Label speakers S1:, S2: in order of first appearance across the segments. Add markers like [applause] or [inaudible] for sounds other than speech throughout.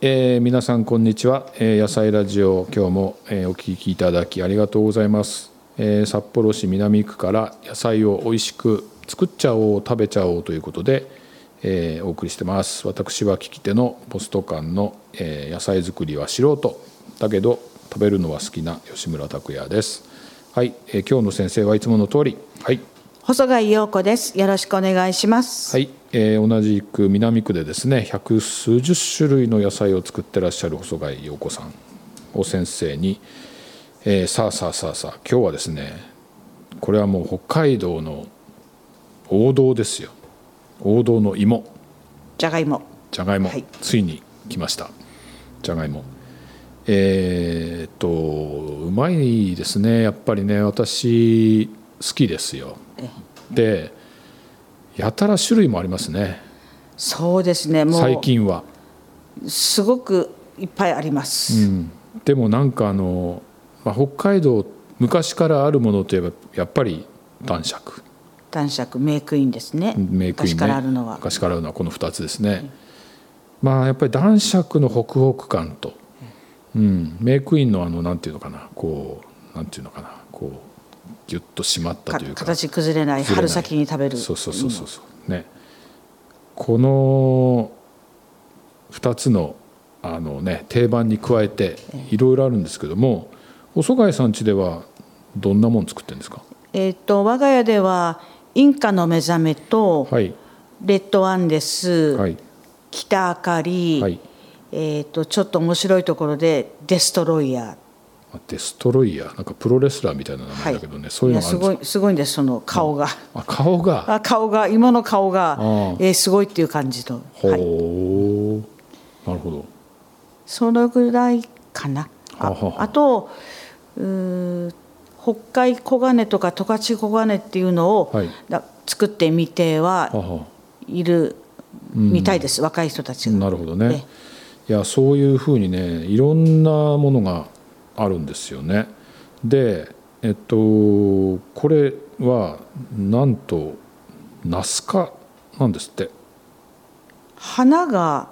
S1: えー皆さんこんにちは、えー野菜ラジオ今日も、えーお聞きいただきありがとうございます、えー札幌市南区から野菜を美味しく作っちゃおう食べちゃおうということで、えーお送りしてます私は聞き手のポスト館の、えー野菜作りは素人だけど食べるのは好きな吉村拓也ですはい、えー今日の先生はいつもの通りはい
S2: 細貝陽子です。よろしくお願いします。
S1: はい、えー同じく南区でですね百数十種類の野菜を作ってらっしゃる細貝陽子さんを先生に、えーさあさあさあさあ今日はですねこれはもう北海道の王道ですよ王道の芋
S2: じゃがいも。
S1: じゃがいも、
S2: はい
S1: ついに来ましたじゃがいもえーっとうまいですねやっぱりね私好きですよでやたら種類もありますね
S2: そうですね。も
S1: 最
S2: う
S1: 近は、
S2: すごくいっぱいありま
S1: う
S2: す。
S1: ん、でもなんかあの、まあ、北海道昔からあるものといえばやっぱり男爵
S2: 男爵メイクインですね。
S1: メイクインね
S2: 昔からあるのは。
S1: 昔からあるのはこの2つですね、まあやっぱり男爵のホクホク感と、うん、メイクインのあのなんていうのかなこうなんていうのかなこうギュッと締まった
S2: か
S1: というか
S2: 形崩れない
S1: 崩れな
S2: 春
S1: い
S2: 先に食べる。
S1: そうそうそうそうそうねこの2つのあの、ね、定番に加えていろいろあるんですけども細貝さん家ではどんなもん作ってるんですか
S2: えっ、と我が家ではインカの目覚めと
S1: はい
S2: レッドワンです。
S1: はい
S2: 北あかり。
S1: はい
S2: えっ、とちょっと面白いところでデストロイヤー。
S1: あデストロイヤーなんかプロレスラーみたいな名前だけどね、そういうの
S2: い
S1: が
S2: や
S1: あ
S2: す
S1: るんです
S2: ご
S1: か
S2: いすごいんですその顔が。
S1: あ顔が
S2: あ顔が芋の顔が
S1: あ、ー
S2: えーすごいっていう感じの、
S1: ほう、
S2: はい、
S1: なるほど
S2: そのぐらいかな
S1: は
S2: あ
S1: はは
S2: あとうー北海黄金とか十勝黄金っていうのを、
S1: はい
S2: だ作ってみて
S1: は
S2: は
S1: はい
S2: るみたいです、若い人たちが。
S1: なるほどね
S2: ね
S1: いやそういうふうにねいろんなものがあるんですよねでえっとこれはなんとナス科なんですって
S2: 花が、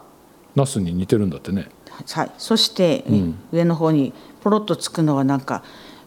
S1: ナスに似てるんだってね
S2: はい、そして、上の方にポロッとつくのはなんか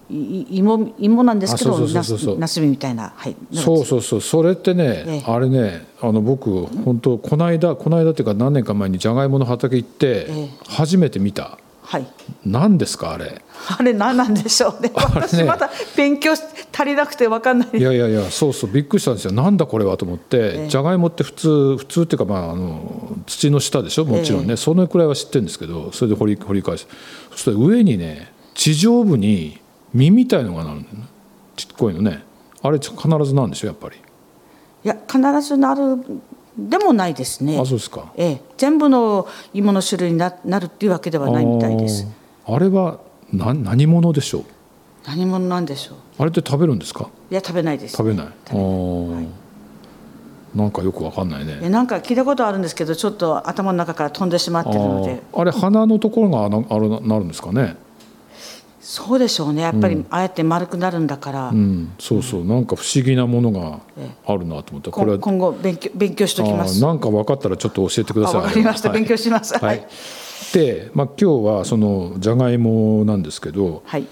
S2: いい芋芋なんですけ
S1: あ
S2: ど
S1: そうそうそうそう
S2: なすびみたいな、はい、
S1: そうそうそうそれってね、
S2: ええ
S1: あれねあの僕本当この間この間っていうか何年か前にじゃがいもの畑行って
S2: え
S1: 初めて見た
S2: はい、
S1: 何ですかあれ
S2: [laughs] あれ何なんでしょうね。
S1: あれね
S2: 私まだ勉強し足りなくて分かんない。
S1: いやいやいやそうそうびっくりしたんですよなんだこれはと思って、
S2: え
S1: じゃがいもって普通普通っていうか、まあ、あの土の下でしょもちろんね、そのくらいは知ってるんですけどそれで掘り掘り返すそして上にね地上部に実みたいのがなるんだよねちっこいのねあれちょ必ずなんでしょやっぱり、
S2: いや必ずなるでもないですね
S1: あ。そうですか
S2: ええ、全部の芋の種類にななるっていうわけではないみたいです。
S1: あーあれはな何者でしょう
S2: 何者なんでしょう。
S1: あれって食べるんですか
S2: いや食べないです。
S1: 食べないあーなんかよくわかんないね
S2: えなんか聞いたことあるんですけどちょっと頭の中から飛んでしまってるので
S1: あーあれ鼻のところがあのあれなるんですかね
S2: そうでしょうねやっぱりああやって丸くなるんだから、
S1: うん、そうそう、なんか不思議なものがあるなと思った。こ
S2: こ
S1: れは、
S2: 今後勉強勉強しときま
S1: あー
S2: す。
S1: なんか分かったら、ちょっと教えてくだ
S2: あ
S1: さい。
S2: わかりました、
S1: はい
S2: 勉強します。
S1: はい。で、まあ、今日はそのじゃがいもなんですけど、
S2: はい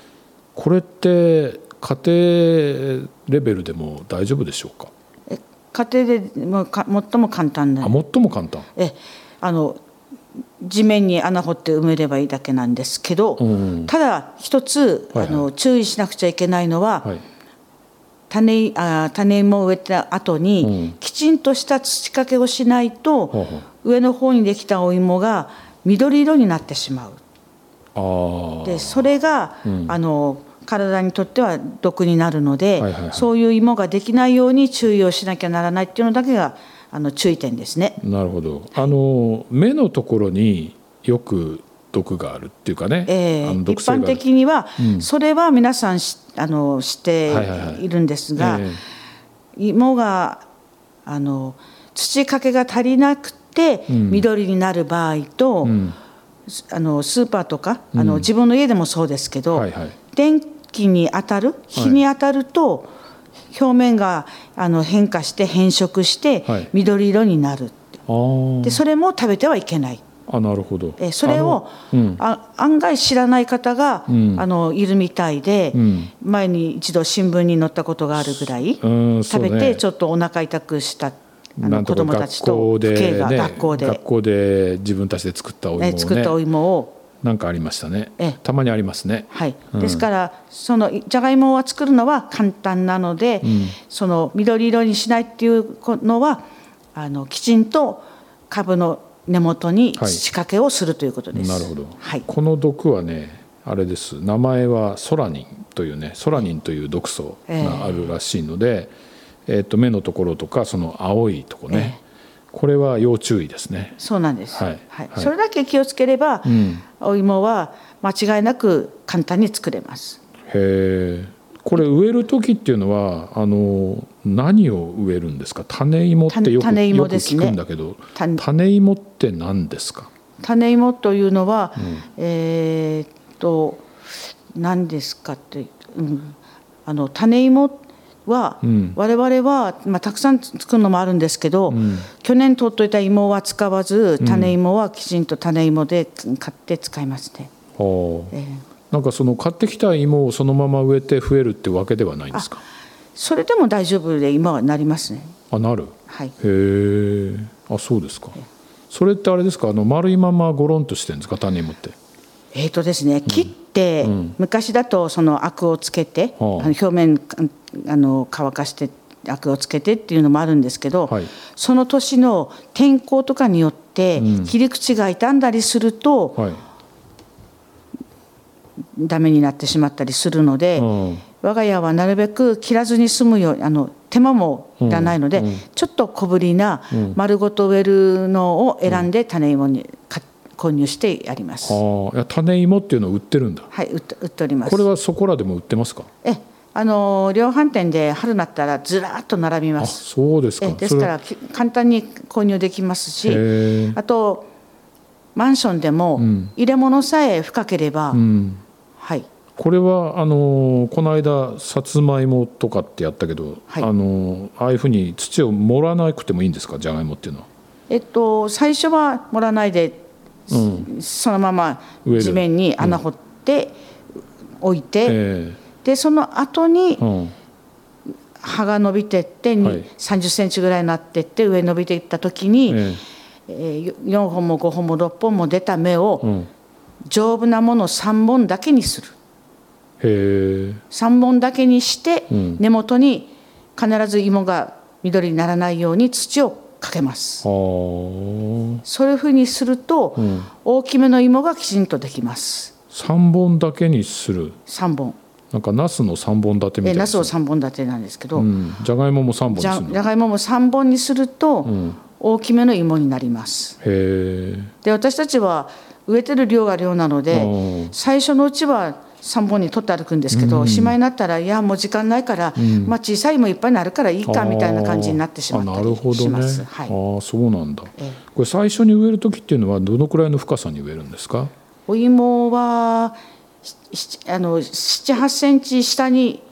S1: これって家庭レベルでも大丈夫でしょうか。
S2: え家庭でもうか最も簡単な
S1: あ、最も簡単。
S2: えあの地面に穴掘って埋めればいいだけなんですけど、
S1: うん
S2: ただ一つ、
S1: はいはい
S2: あの注意しなくちゃいけないのは、
S1: はい。
S2: 種あ種芋を植えた後に、
S1: うん
S2: きちんとした土かけをしないと、
S1: ほうほ
S2: 上の方にできたお芋が緑色になってしまう
S1: ああ。
S2: でそれが、あの体にとっては毒になるので、
S1: はいはいはい
S2: そういう芋ができないように注意をしなきゃならないっていうのだけがあの注意点ですね。
S1: なるほど。あの、目のところによく毒があるっていうかね。あ
S2: え
S1: の
S2: ー一
S1: 毒性があ
S2: 般
S1: る
S2: 的には、それは皆さんしあのして
S1: はいはいはい
S2: いるんですが、
S1: え
S2: 芋があの土かけが足りなくて緑になる場合と、すあのスーパーとか、あの自分の家でもそうですけど、
S1: はいはい
S2: 電気に当たる日に当たると、表面があの変化して変色して
S1: はい
S2: 緑色になる、
S1: ああ。
S2: でそれも食べてはいけない。
S1: あなるほど
S2: えそれを
S1: あのうん
S2: あ案外知らない方が、
S1: うん
S2: あのいるみたいで、
S1: うん
S2: 前に一度新聞に載ったことがあるぐらい、
S1: うんそう
S2: 食
S1: ね
S2: べてちょっとお腹痛くしたあ
S1: な
S2: の
S1: んと
S2: 子
S1: か
S2: 供た
S1: 学
S2: ちと
S1: 校で、
S2: 父兄が
S1: ね、
S2: 学校で,、
S1: 学校で自分たちで作ったお芋を
S2: ね
S1: ね
S2: 作ったお芋を、
S1: なんかありましたね
S2: ええ
S1: たまにありますね
S2: はい
S1: うん
S2: ですからそのじゃがいもは作るのは簡単なので、その緑色にしないっていうのはあのきちんと株の根元に
S1: はい
S2: 仕掛けをするということです。
S1: なるほど、
S2: はい
S1: この毒はねあれです名前はソラニンというねソラニンという毒素があるらしいので、えっと目のところとかその青いとこね、これは要注意ですね
S2: そうなんです、
S1: はいはい
S2: それだけ気をつければ、
S1: ん
S2: お芋は間違いなく簡単に作れます
S1: へえこれ植える時っていうのはあの何を植えるんですか種芋ってよく,、
S2: 種種
S1: よ
S2: 芋
S1: く
S2: です
S1: 聞
S2: ね
S1: くんだけど
S2: 種
S1: 種芋って何ですか
S2: 種芋というのは、えーっと何ですかって、うん、あの種芋は、
S1: うん
S2: 我々は、まあ、たくさん作るのもあるんですけど、去年取っといた芋は使わず種芋はきちんと種芋で買って使いますね。
S1: あー
S2: えー
S1: なんかその買ってきた芋をそのまま植えて増えるってわけではないんですか
S2: それでも大丈夫で今はなりますね。
S1: あなる
S2: はい。
S1: へえあそうですかそれってあれですかあの丸いままゴロンとしてるんですか種芋って
S2: えーとですね、切って、昔だとそのアクをつけて、
S1: はあ
S2: あの表面あの乾かしてアクをつけてっていうのもあるんですけど、
S1: はい
S2: その年の天候とかによって、切り口が傷んだりすると、
S1: はい、
S2: ダメになってしまったりするので、
S1: うん、
S2: 我が家はなるべく切らずに済むようにあの手間もいらないので、ちょっと小ぶりな丸ごと植えるのを選んで種芋にか購入してやります。
S1: ああ種芋っていうのを売ってるんだ
S2: はい、売って売っております。
S1: これはそこらでも売ってますか
S2: ええあの量販店で春になったらずらっと並びま
S1: あ
S2: す。
S1: そうです
S2: え
S1: か
S2: えですからき簡単に購入できます
S1: それへ
S2: し、
S1: え
S2: あとマンションでも
S1: ん
S2: 入れ物さえ深ければ、
S1: うん
S2: はい
S1: これはあのーこの間さつまいもとかってやったけど、
S2: はい
S1: あのーああいうふうに土を盛らなくてもいいんですかじゃがいもっていうのは
S2: えっと最初は盛らないで、そのまま
S1: 植える
S2: 地面に穴掘って置いて、
S1: え
S2: でその後に
S1: えうん
S2: 葉が伸びてって、に
S1: はい
S2: 30センチぐらいになってって上に伸びていった時に、
S1: え
S2: えー4本も5本も6本も出た芽を、
S1: えうん、へ
S2: 丈夫なものを3本だけにする
S1: え
S2: 3本だけにして
S1: うん
S2: 根元に必ず芋が緑にならないように土をかけます
S1: ああ
S2: そういうふうにすると
S1: ん
S2: 大きめの芋がきちんとできます
S1: 3本だけにする
S2: 3本
S1: なんかナスの3本立てみた
S2: え
S1: い
S2: ナ
S1: な
S2: スを3本立てなんですけど
S1: うん、じゃがいもも3本に
S2: じ
S1: す
S2: ゃ
S1: るの
S2: じゃがいもも3本にすると
S1: ん
S2: 大きめの芋になります
S1: へ
S2: で私たちは植えてる量が量なの
S1: え、
S2: で
S1: うん
S2: 最初のうちは3本に取って歩くんですけど、しまいになったらいやもう時間ないから、まあ、小さいもいっぱいになるからいいかみたいな感じになってしまった
S1: あなる
S2: り
S1: ほど
S2: し
S1: ね、
S2: ます。
S1: あ
S2: はい、
S1: あそうなんだ、これ最初に植える時っていうのはどのくらいの深さに植えるんですか
S2: お芋はししあの78センチ下に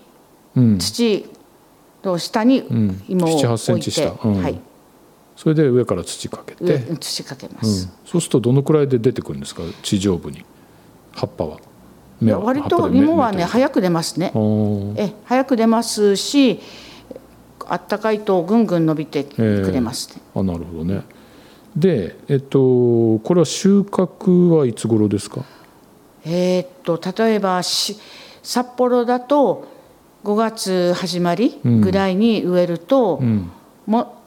S1: うん
S2: 土の下に
S1: ん
S2: 芋を置いて、
S1: 78センチ下うん
S2: はい、
S1: それで上から土かけて、
S2: 上
S1: うん、
S2: 土かけます。
S1: そうするとどのくらいで出てくるんですか地上部に葉っぱは芽は
S2: 割
S1: 葉っぱ
S2: と
S1: で芽
S2: 芋はね
S1: 芽というか
S2: 早く出ますね
S1: あ。ー
S2: え早く出ますしあったかいとぐんぐん伸びてくれますね。
S1: あなるほどねでえっとこれは収穫はいつ頃ですか
S2: えーっと例えばし札幌だと5月始まりぐらいに植えると、
S1: ん
S2: も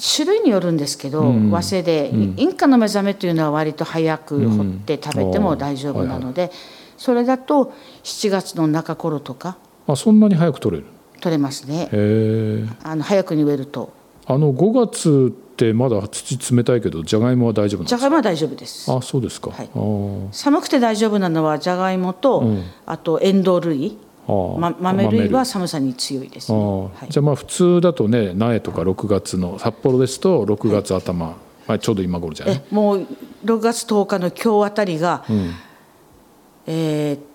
S2: 種類によるんですけど、和製で、インカの目覚めというのは割と早く掘って食べても大丈夫なので、それだと7月の中頃とか
S1: あそんなに早く取れる
S2: 取れますね
S1: へえ
S2: あの早くに植えると
S1: あの5月ってまだ土冷たいけどじゃがいもは大丈夫なんで
S2: じゃがいもは大丈夫です
S1: すかあそうですか、
S2: はい
S1: あー
S2: 寒くて大丈夫なのはじゃがいもと、
S1: うん
S2: あとエンドウ類、
S1: あー
S2: ま、豆類は
S1: 豆
S2: 寒さに強いです
S1: あ
S2: ね、
S1: ー
S2: はい
S1: じゃあまあ普通だとね苗とか6月の札幌ですと6月頭、まあ、ちょうど今頃じゃない
S2: えもう6月10日の今日あたりが、えー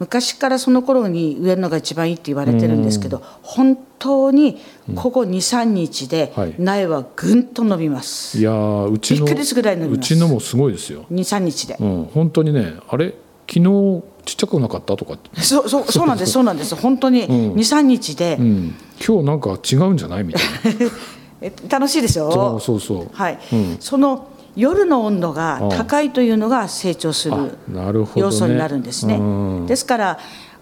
S2: 昔からその頃に植えるのが一番いいって言われてるんですけど、本当にここ23日で
S1: はい
S2: 苗はぐんと伸びます
S1: いやーうちの
S2: びっくりするぐらい伸び
S1: う
S2: ます
S1: ちのもすごいですよ、
S2: 23日で
S1: うん、本当にねあれ昨日ちっちゃくなかったとかって、
S2: そう [laughs] そうそうなんですそうなんです本当に23日で
S1: うん、今日なんか違うんじゃないみたいな
S2: え楽しいでし
S1: そ
S2: ょ
S1: うそうそう
S2: はい、
S1: うん
S2: その夜の温度が高いというのが成長する
S1: あなるほどね
S2: 要素になるんですね。
S1: うん
S2: ですから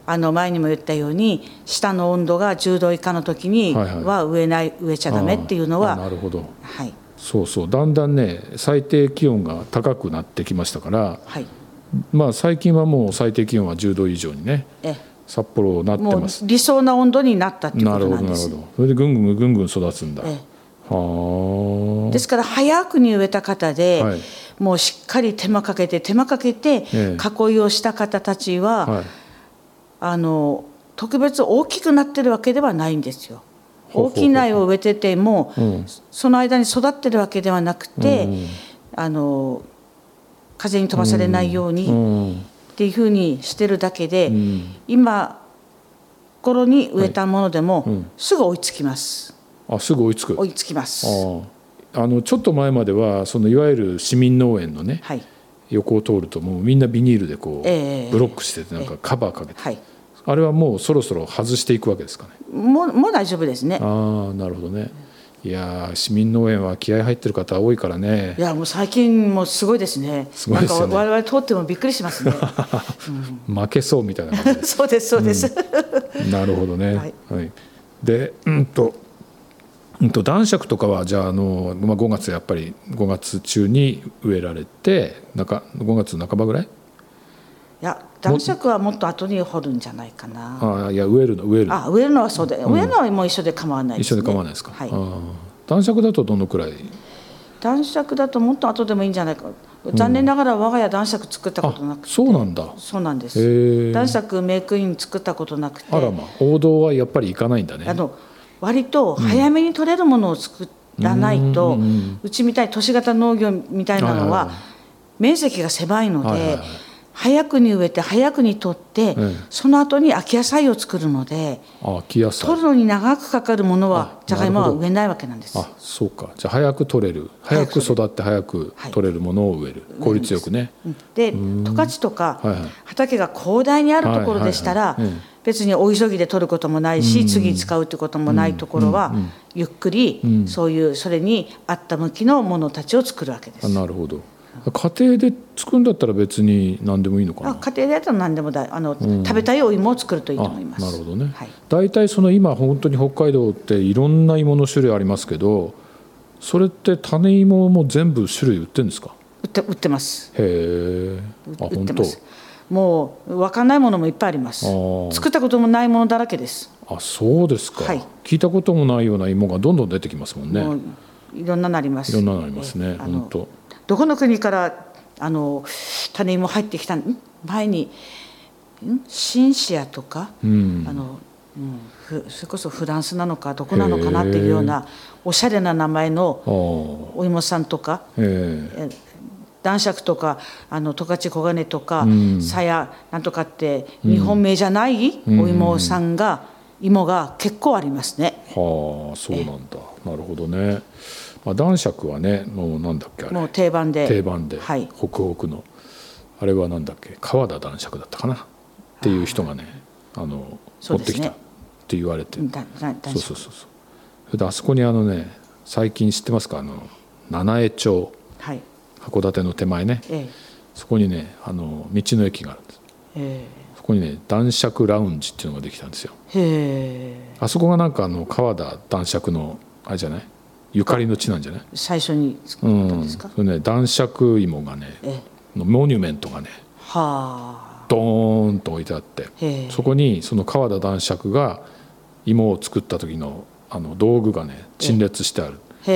S2: あの前にも言ったように下の温度が10度以下の時に
S1: はいはい
S2: は植えない植えちゃダメっていうの
S1: あーあ
S2: は、
S1: なるほど
S2: はい
S1: そうそうだんだんね最低気温が高くなってきましたから
S2: はい
S1: まあ最近はもう最低気温は10度以上にね
S2: え
S1: 札幌なって
S2: もう
S1: ます
S2: 理想な温度になったっていうこ
S1: なる
S2: と
S1: ほ
S2: な
S1: ど
S2: ん
S1: なる
S2: で
S1: ほ。
S2: す
S1: どそれでぐんぐんぐんぐん育つんだは
S2: え
S1: あ
S2: ですから早くに植えた方で、
S1: はい
S2: もうしっかり手間かけて手間かけて
S1: え
S2: 囲いをした方たちは、
S1: はい
S2: あの特別大きくなってるわけではないんですよ。
S1: ほうほうほう
S2: 大きい苗を植えてても、
S1: うん
S2: その間に育ってるわけではなくて、
S1: うん
S2: あの風に飛ばされないように、
S1: うん
S2: っていうふうにしてるだけで、
S1: うん
S2: 今頃に植えたものでも、
S1: うん
S2: すぐ追いつきます
S1: あすぐ追いつく
S2: 追いつきます。
S1: あーあのちょっと前まではそのいわゆる市民農園のね
S2: はい
S1: 横を通るともうみんなビニールでこう
S2: ええ
S1: ブロックしててなんかカバーかけて
S2: はい
S1: あれはもうそろそろ外していくわけですかね
S2: もうもう大丈夫ですね。
S1: ああなるほどねいやー市民農園は気合入ってる方多いからね
S2: いやもう最近もうすごいですね。
S1: すごいですよね
S2: なんか我々通ってもびっくりしますね。
S1: 負け [laughs] そうみたいな感
S2: そうですそうです。 [laughs]
S1: じなるほどね、は
S2: はいい
S1: でうんとうんと男爵とかはじゃああの、まあ、5月やっぱり5月中に植えられてなんか5月半ばぐらい
S2: いや男爵はもっと後に掘るんじゃないかな。
S1: ああいや植えるの植えるの
S2: あ植えるのはそうで、植えるのはもう一緒で構わないで
S1: 一
S2: す、
S1: 緒
S2: ね。
S1: で構わないですか、
S2: はい
S1: あ。ー男爵だとどのくらい
S2: 男爵だともっと後でもいいんじゃないか。残念ながら我が家男爵作ったこ
S1: あ
S2: となく、
S1: そうなんだへ
S2: そうなんです。
S1: え
S2: 男爵メイクイン作ったことなくて、
S1: あらま王道はやっぱり行かないんだね
S2: あの割と早めに取れるものを作らないと、うちみたいに都市型農業みたいな
S1: はい
S2: の
S1: はいは
S2: は面積が狭いので、
S1: はいはいはい
S2: 早くに植えて早くに取って、
S1: ええ
S2: その後に秋野菜を作るので
S1: あ秋野菜
S2: 取るのに長くかかるものは
S1: あ
S2: じゃがい
S1: な
S2: もは
S1: るほど
S2: 植えないわけなんです。
S1: あそうかじゃあ早く取れる早く育って早く
S2: はい
S1: 取れるものを植える、効率よくね
S2: うんで十勝とか、
S1: はいはい
S2: 畑が広大にあるところでしたら、
S1: はいはいはいえ
S2: 別にお急ぎで取ることもないし、次に使うってこともないところは、ゆっくり、そういうそれに合った向きのものたちを作るわけです
S1: あ。なるほど家庭で作るんだったら別に何でもいいのかな
S2: あ家庭でやったら何でもだいあの、食べたいお芋を作るといいと思います。
S1: なるほどね、
S2: はい、
S1: 大体その今本当に北海道っていろんな芋の種類ありますけどそれって種芋も全部種類売ってるんですか
S2: 売って売ってます。
S1: へえあ
S2: 売
S1: 本
S2: って
S1: 当
S2: ます。もう分かんないものもいっぱいあります
S1: あー。
S2: 作ったこともないものだらけです。
S1: あそうですか、
S2: はい
S1: 聞いたこともないような芋がどんどん出てきますもん
S2: も
S1: ね
S2: ういろんなのあります。
S1: いろんなのありますね
S2: えあの
S1: 本当
S2: どこの国からあの種芋入ってきたん前にんシンシアとか、
S1: うん
S2: あのうん、ふそれこそフランスなのかどこなのかなっていうようなおしゃれな名前の
S1: ああ
S2: お芋さんとか
S1: ええ
S2: え男爵とかあの十勝小金とか
S1: ん
S2: さや、なんとかって日本名じゃないお芋さんが、芋が結構ありますね。
S1: はあそうなんだなるほどね、まあ、男爵はねもうなんだっけあれ
S2: もう定番で
S1: 定番で、
S2: はい
S1: ホクホクのあれはなんだっけ川田男爵だったかなっていう人がねあの
S2: そう
S1: 持って
S2: です
S1: き
S2: ね
S1: たって言われて
S2: だだ
S1: そ
S2: 男
S1: う
S2: 爵
S1: そうそうそうそれであそこにあのね最近知ってますかあの七重町
S2: はい
S1: 函館の手前ね
S2: ええ
S1: そこにねあの道の駅があるんです
S2: え
S1: そこにね男爵ラウンジっていうのができたんですよ
S2: えへえ
S1: あそこがなんかあの川田男爵のあれじゃないゆかりの地なんじゃない
S2: 最初に作
S1: う
S2: ったん
S1: ん
S2: ですか、
S1: それね男爵芋がね
S2: ええ
S1: のモニュメントがね
S2: はあ
S1: ドーンと置いてあって
S2: へえ
S1: そこにその川田男爵が芋を作った時のあの道具がね陳列してある
S2: へ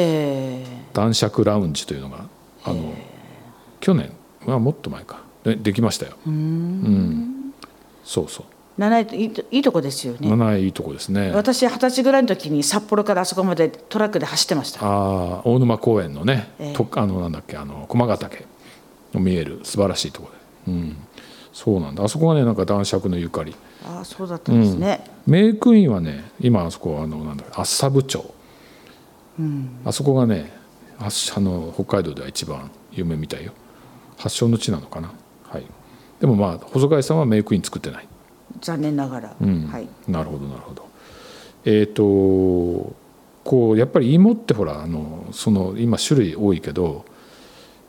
S2: え
S1: 男爵ラウンジというのがあの去年はもっと前かでできましたよ。うんそうそう
S2: 七重といいといいとこですよね
S1: 七重いいとこですね。
S2: 私二十歳ぐらいの時に札幌からあそこまでトラックで走ってました
S1: あー大沼公園のね、
S2: ええ
S1: とあのなんだっけあの駒ヶ岳の見える素晴らしいところで、うん、そうなんだあそこがねなんか男爵のゆかり
S2: ああそうだったんですね、
S1: メイクインはね今あそこはあのなんだろう厚沢部町
S2: うん
S1: あそこがねああの北海道では一番有名みたいよ発祥の地なのかなはいでもまあ細貝さんはメイクイン作ってない
S2: 残念ながら、
S1: うん
S2: はい
S1: なるほどなるほどえっ、とこうやっぱり芋ってほらあのその今種類多いけど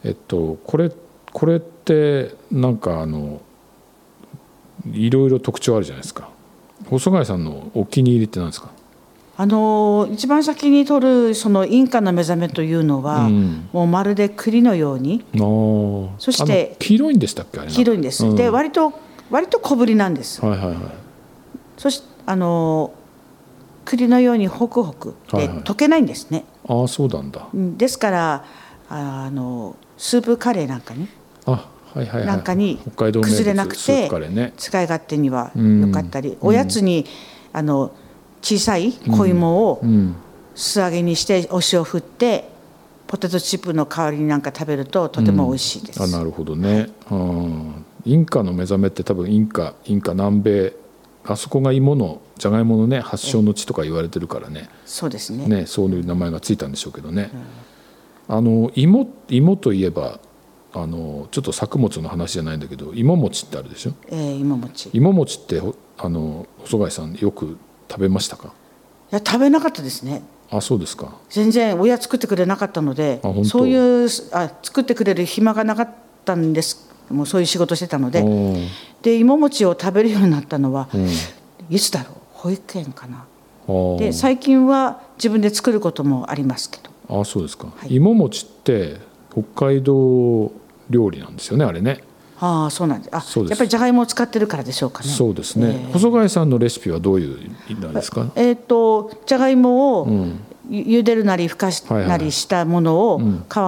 S1: えっとこれこれってなんかあのいろいろ特徴あるじゃないですか細貝さんのお気に入りって何ですか
S2: あのー一番先に取るそのインカの目覚めというのは、
S1: うん
S2: もうまるで栗のように
S1: あー
S2: そして
S1: あの黄色いんでしたっけあれなんか
S2: 黄色いんです、
S1: う
S2: で割と割と小ぶりなんです
S1: はいはいはい
S2: そしてあのー栗のようにホクホク
S1: は
S2: で
S1: いはい
S2: 溶けないんですね、
S1: ああそうなんだ
S2: うんですからあのースープカレーなんかに
S1: あはいはいはい
S2: なんかに
S1: 北海道名物
S2: 崩れなくて
S1: スープカレーね
S2: 使い勝手には良かったり、おやつにあの小さい小芋を
S1: うん
S2: 素揚げにしてお塩振ってポテトチップの代わりになんか食べるととても美味しいです、
S1: あなるほどね、うんインカの目覚めって多分インカインカ南米あそこが芋のじゃがいものね発祥の地とか言われてるからね
S2: そうですね
S1: ねそういう名前がついたんでしょうけどね、あの芋芋といえばあのちょっと作物の話じゃないんだけど芋餅ってあるでしょ
S2: えー、芋餅い
S1: 芋餅ってほあの細貝さんよく食べましたか
S2: や食べなかったですね
S1: あそうですか
S2: 全然親作ってくれなかったので
S1: あ本当
S2: そういうあ作ってくれる暇がなかったんですもうそういう仕事してたの
S1: あ
S2: で
S1: ー
S2: で芋餅を食べるようになったのは、
S1: ん
S2: いつだろう保育園かな
S1: あー
S2: で最近は自分で作ることもありますけど
S1: あそうですか、
S2: い
S1: 芋餅って北海道料理なんですよねあれね
S2: ああそうなんですあ
S1: そうです
S2: やっぱりじゃがいもを使ってるからでしょうかね
S1: そうですね、細貝さんのレシピはどういうなんですか
S2: えっ、とじゃがいもを、
S1: ん
S2: ゆ茹でるなりふかし
S1: はいはい
S2: なりしたものを皮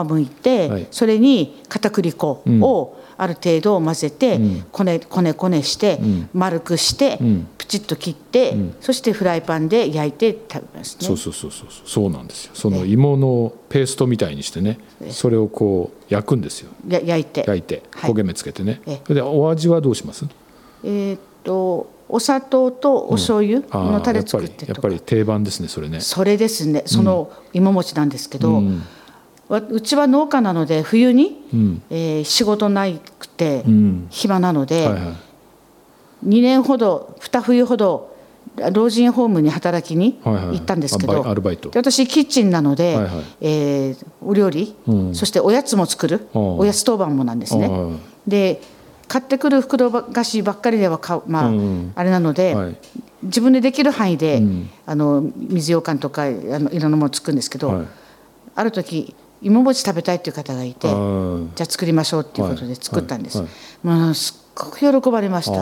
S2: むいて、
S1: はい
S2: それに片栗粉をある程度混ぜて、
S1: ん
S2: こねこねこねして、丸くして、
S1: ん
S2: プチッと切って、そしてフライパンで焼いて食べますね
S1: そうそうそうそうそうなんですよその芋のペーストみたいにしてねそれをこう焼くんですよ
S2: や焼いて
S1: 焼いて
S2: はい
S1: 焦げ目つけてね、
S2: え
S1: それでお味はどうします
S2: えっ、とお砂糖とお醤油
S1: あ
S2: の
S1: あ
S2: タ
S1: や
S2: レ
S1: っぱ
S2: 作っ
S1: り
S2: て
S1: や
S2: と
S1: っ
S2: か
S1: ぱり定番ですねそれね
S2: それですねその芋餅なんですけど、
S1: うん
S2: わうちは農家なので冬に、
S1: うん
S2: えー仕事なくて、
S1: うん
S2: 暇なので、
S1: はいはい
S2: 2年ほど2冬ほど老人ホームに働きに
S1: はいはい
S2: 行ったんですけど、
S1: アルバイアルバイト
S2: で私キッチンなので、
S1: はいはい
S2: えーお料理、
S1: うん
S2: そしておやつも作る、
S1: ああ
S2: おやつ当番もなんです
S1: ああ
S2: ね。で買ってくる袋菓子ばっかりではか、まあ
S1: うんうん
S2: あれなので、
S1: はい
S2: 自分でできる範囲で、
S1: ん
S2: あの水羊羹とかあのいろんなもの作るんですけど、
S1: はい
S2: ある時芋餅食べたいっていう方がいて
S1: あ
S2: じ
S1: ー
S2: ゃあ作りましょうっていうことで作ったんです、
S1: はい
S2: もうすっごく喜ばれました
S1: ああ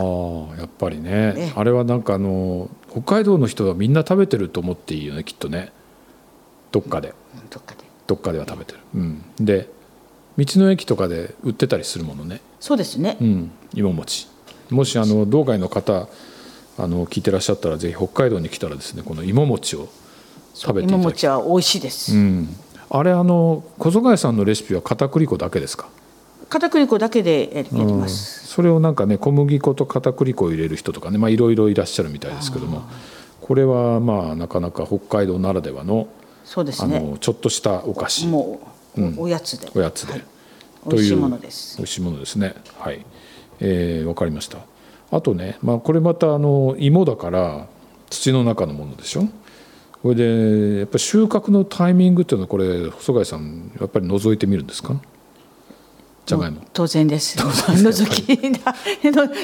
S1: やっぱりね、
S2: ええ
S1: あれはなんかあの北海道の人はみんな食べてると思っていいよねきっとねどっかで
S2: どっかで
S1: どっかでは食べてる、うん、で道の駅とかで売ってたりするものね、
S2: そうですね、
S1: うん、芋餅もしあの道外の方あの聞いてらっしゃったらぜひ北海道に来たらですねこの芋餅を食べてい
S2: 芋
S1: ただき
S2: 餅は美味しいです、
S1: うん、あれあの小曽谷さんのレシピは片栗粉だけですか
S2: 片栗粉だけでややります、
S1: それをなんかね小麦粉と片栗粉を入れる人とかねまあいろいろいらっしゃるみたいですけどもこれはまあなかなか北海道ならではの
S2: そうです
S1: あ
S2: ね
S1: のちょっとしたお菓子
S2: もう、おおやつで
S1: おやつで、
S2: はい
S1: という
S2: 美味しいものです
S1: 美味しいものですねはいえーわかりましたあとね、まあ、これまたあの芋だから土の中のものでしょこれでやっぱり収穫のタイミングっていうのはこれ細貝さんやっぱり覗いてみるんですかじゃがいも
S2: もう当然です [laughs] 覗き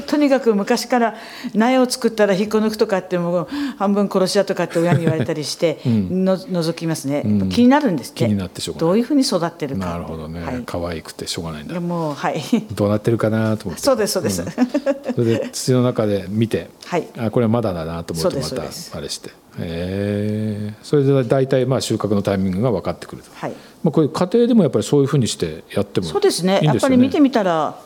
S2: とにかく昔から苗を作ったら引っこ抜くとかってもう半分殺しだとかって親に言われた
S1: [laughs]
S2: りして、の覗きますね、やっぱ気になるんですって
S1: 気になってしょうがない
S2: どういうふうに育ってるか
S1: なるほどね、
S2: はい、
S1: 可愛くてしょうがないんだ
S2: でもうはい [laughs]
S1: どうなってるかなと思って
S2: そうですそうです、 [laughs]
S1: それで土の中で見て、
S2: はい
S1: あこれはまだだなと思うと
S2: そうで
S1: ますた
S2: そうです
S1: あれしてへえそれで大体まあ収穫のタイミングが分かってくると、
S2: はい
S1: まあ、こういう家庭でもやっぱりそういうふうにしてやってもいいんですよね
S2: そうですねやっぱり見てみたら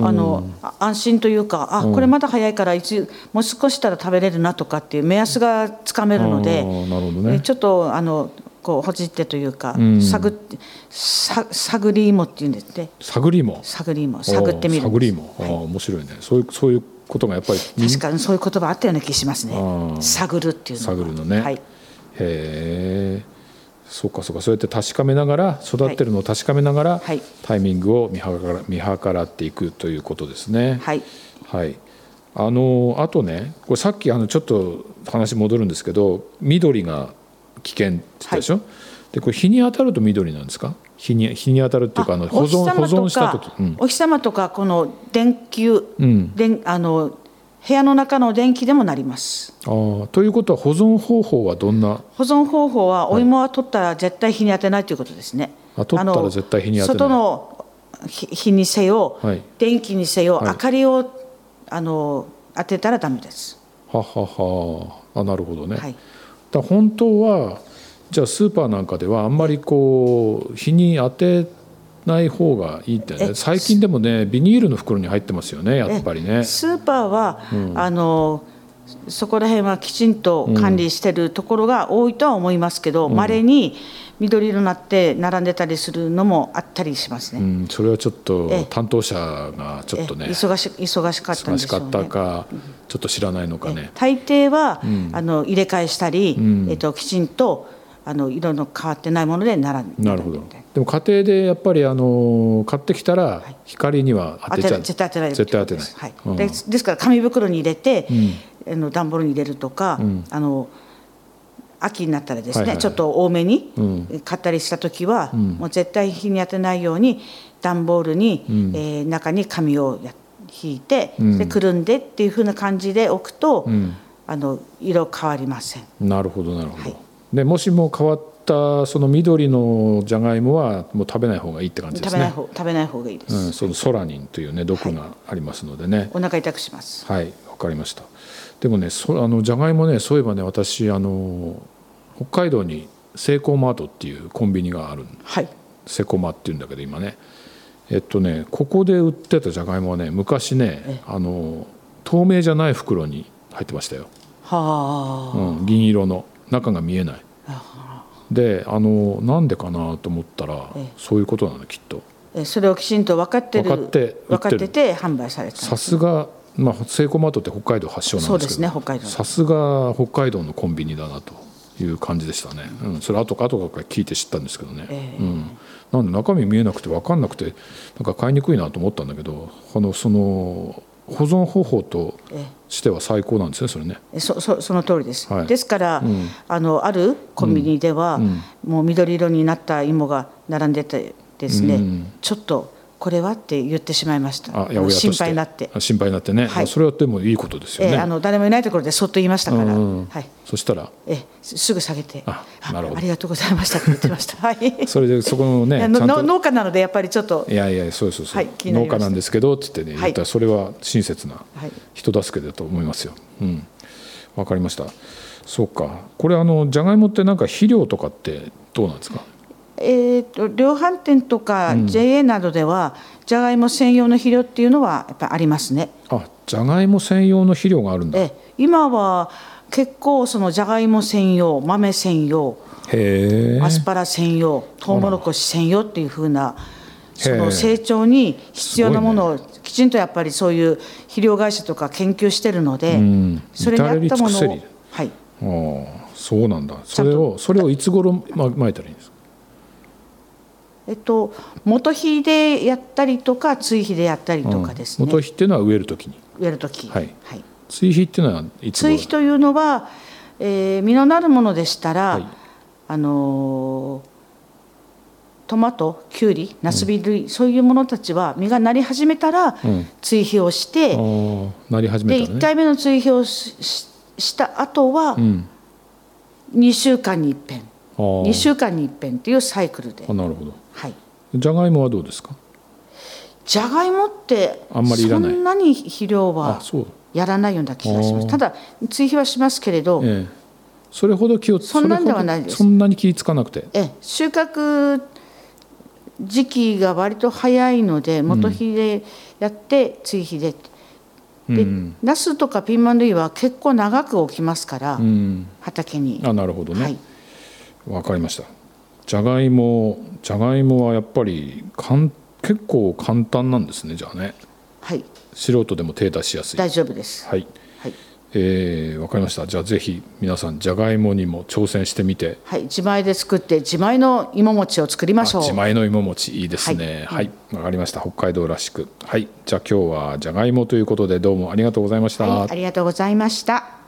S2: あのあ安心というかあこれまだ早いからいつもう少ししたら食べれるなとかっていう目安がつかめるので、
S1: あーなるほど
S2: え
S1: ね
S2: ちょっとあのこうほじってというか、
S1: うん
S2: 探ってさ探り芋っていうんですね
S1: 探りも
S2: 探り芋探ってみる
S1: 探りも、ああ面白いねそういうそういうことがやっぱり
S2: 確かにそういう言葉あったような気しますね
S1: ああ
S2: 探るっていうのは
S1: 探るのね、
S2: はい
S1: へえそうかそうかそうやって確かめながら育ってるのを確かめながら、
S2: はい
S1: タイミングを見計ら見計らっていくということですね
S2: はい
S1: はい、あのあとねこれさっきあのちょっと話戻るんですけど緑が危険って言ったでしょ、でこれ日に当たると緑なんですか日に日に当たるっていうかあの保存保存した時、うん
S2: お日様とかこの電球、
S1: うん
S2: 電あの部屋の中の電気でもなります
S1: あーということは保存方法はどんな
S2: 保存方法はお芋は取ったら絶対日に当てないということですね、
S1: あ取ったら絶対日に当てない
S2: あの外の日日にせよ、
S1: はい
S2: 電気にせよ、
S1: はい
S2: 明かりをあの当てたらダメです、
S1: はははあなるほどね、
S2: は
S1: だ
S2: い、
S1: から本当はじゃあスーパーなんかではあんまりこう日に当てない方がいいってね
S2: え
S1: 最近でもねビニールの袋に入ってますよねやっぱりね
S2: スーパーは、あのそこら辺はきちんと管理してるところが多いとは思いますけどまれ、稀に緑色になって並んでたりするのもあったりします
S1: う
S2: ね。
S1: ん、それはちょっ
S2: え
S1: と
S2: え
S1: 担当者がちょっと
S2: え
S1: ね
S2: 忙し忙しかった
S1: 忙
S2: んで
S1: し
S2: しょ
S1: か
S2: うね
S1: ったかちょっと知らないのかね。
S2: 大抵は、あの入れ替えしたり、えっときちんとあの色の変わってないもので並んで
S1: なるほどでも家庭でやっぱりあの買ってきたら光には当
S2: 当
S1: てちゃ
S2: て
S1: う、
S2: ない絶対当てない
S1: 絶対当て
S2: で
S1: ない
S2: す、はい
S1: うん
S2: でですから紙袋に入れて、あの段ボールに入れるとか、あの秋になったらですね、
S1: はいはいはい
S2: ちょっと多めに
S1: う
S2: 買ったりした時は、もう絶対日に当てないように段ボールに、えー中に紙をや引いて、
S1: うん
S2: でくるんでっていうふうな感じで置くと、
S1: ん
S2: あの色変わりません。
S1: なるほどなるほど、でもしも変わったその緑のじゃがいもはもう食べない方がいいって感じで
S2: 食
S1: す
S2: べない
S1: ね
S2: 方食べない方がいいです。
S1: うん、そのソラニンというね毒がありますのでね
S2: お腹痛くします。
S1: はいわ、かりましたでもねそあのじゃがいもねそういえばね私あの北海道にセイコーマートっていうコンビニがあるん
S2: はい。
S1: セコマっていうんだけど今ねえっとねここで売ってたじゃがいもはね昔ねあの透明じゃない袋に入ってましたよ、
S2: は
S1: うん、銀色の中が見えない
S2: あ。
S1: であのなんでかなと思ったら
S2: ええ
S1: そういうことなのきっと
S2: えそれをきちんと分かってる
S1: 分かって売ってる
S2: 分かってて販売されてた
S1: さすがまあセイコーマートって北海道発祥なんですけど
S2: そうですね北海道
S1: さすが北海道のコンビニだなという感じでしたね、うん、それ後か後から聞いて知ったんですけどね、
S2: ええ
S1: うん、なんで中身見えなくて分かんなくてなんか買いにくいなと思ったんだけどあのその保存方法と
S2: え
S1: しては最高なんですねそれね
S2: えそそその通りです、
S1: はい
S2: ですから、
S1: ん
S2: あのあるコンビニでは、もう緑色になった芋が並んでてですね、
S1: うん
S2: ちょっとこれはって言ってしまいました
S1: あ八百屋として
S2: 心配になって、
S1: あ心配になってね、
S2: はい
S1: あそれはでもいいことですよね、
S2: えあの誰もいないところでそっと言いましたから、
S1: うんうん
S2: はい
S1: そしたら
S2: えすすぐ下げて
S1: あなるほど
S2: ありがとうございましたって言ってましたはい
S1: それでそこの
S2: い
S1: ね
S2: や
S1: ちゃん
S2: の
S1: と
S2: 農家なのでやっぱりちょっと
S1: いやいやそうそうそう、
S2: はい気にな
S1: 農
S2: りま
S1: 家
S2: した
S1: なんですけどって言ってね
S2: はい
S1: 言ったらそれは親切な
S2: はい
S1: 人助けだと思いますよ。うん、わかりました。そうかこれあのじゃがいもってなんか肥料とかってどうなんですか。
S2: えー、と量販店とか JA などでは、じゃがいも専用の肥料っていうのはやっぱりありますね。
S1: あじゃがいも専用の肥料があるんだ。へ
S2: え今は結構そのじゃがいも専用豆専用
S1: え。
S2: アスパラ専用トウモロコシ専用っていうふうなそ
S1: へえ
S2: の成長に必要なものをきちんとやっぱりそういう肥料会社とか研究してるので、
S1: ん
S2: それに合った
S1: 至れり尽
S2: ものを
S1: くせり、
S2: はい、
S1: ああそうなんだ。それをそれをいつ頃ままいたらいいんですか。
S2: えっと元肥でやったりとか追肥でやったりとかですね、
S1: 元肥っていうのは植えるときに。
S2: 植える時
S1: はい
S2: はい
S1: 追肥っていうのはいつ頃。
S2: 追肥というのは、えー実のなるものでしたら、
S1: はい
S2: あのートマトきゅうりナスビ類、そういうものたちは実がなり始めたら、
S1: ん
S2: 追肥をして、
S1: ああなり始
S2: で
S1: めたら
S2: 1
S1: ね。
S2: 回目の追肥をししした後は
S1: うん。
S2: 2週間に一遍、
S1: ああ。
S2: 2週間に一遍っていうサイクルで
S1: あ、なるほど。
S2: はい、
S1: じゃがいもはどうですか。
S2: じゃがいもって
S1: あんまりいらない
S2: そんなに肥料
S1: あ
S2: は
S1: そう。
S2: やらないような気がしま
S1: あ
S2: す
S1: ー
S2: ただ追肥はしますけれど、
S1: ええ。それほど気を
S2: そんなんではないです
S1: それほどそんなに気ぃつかなくて。
S2: ええ収穫時期が割と早いので元肥でやって追肥で、でナスとかピーマン類は結構長く置きますから、
S1: うん。
S2: 畑に、
S1: あなるほどね、
S2: はい
S1: わかりましたじゃがいもじゃがいもはやっぱりかん結構簡単なんですねじゃあね
S2: はい
S1: 素人でも手出しやすい
S2: 大丈夫です
S1: はい
S2: はい、
S1: えー、わかりましたじゃあぜひ皆さんじゃがいもにも挑戦してみて
S2: はい、自前で作って自前の芋餅を作りましょう
S1: 自前の芋餅いいですね
S2: は
S1: はいいわ、かりました北海道らしくはいじゃあ今日はじゃがいもということでどうもありがとうございました、
S2: はい、ありがとうございました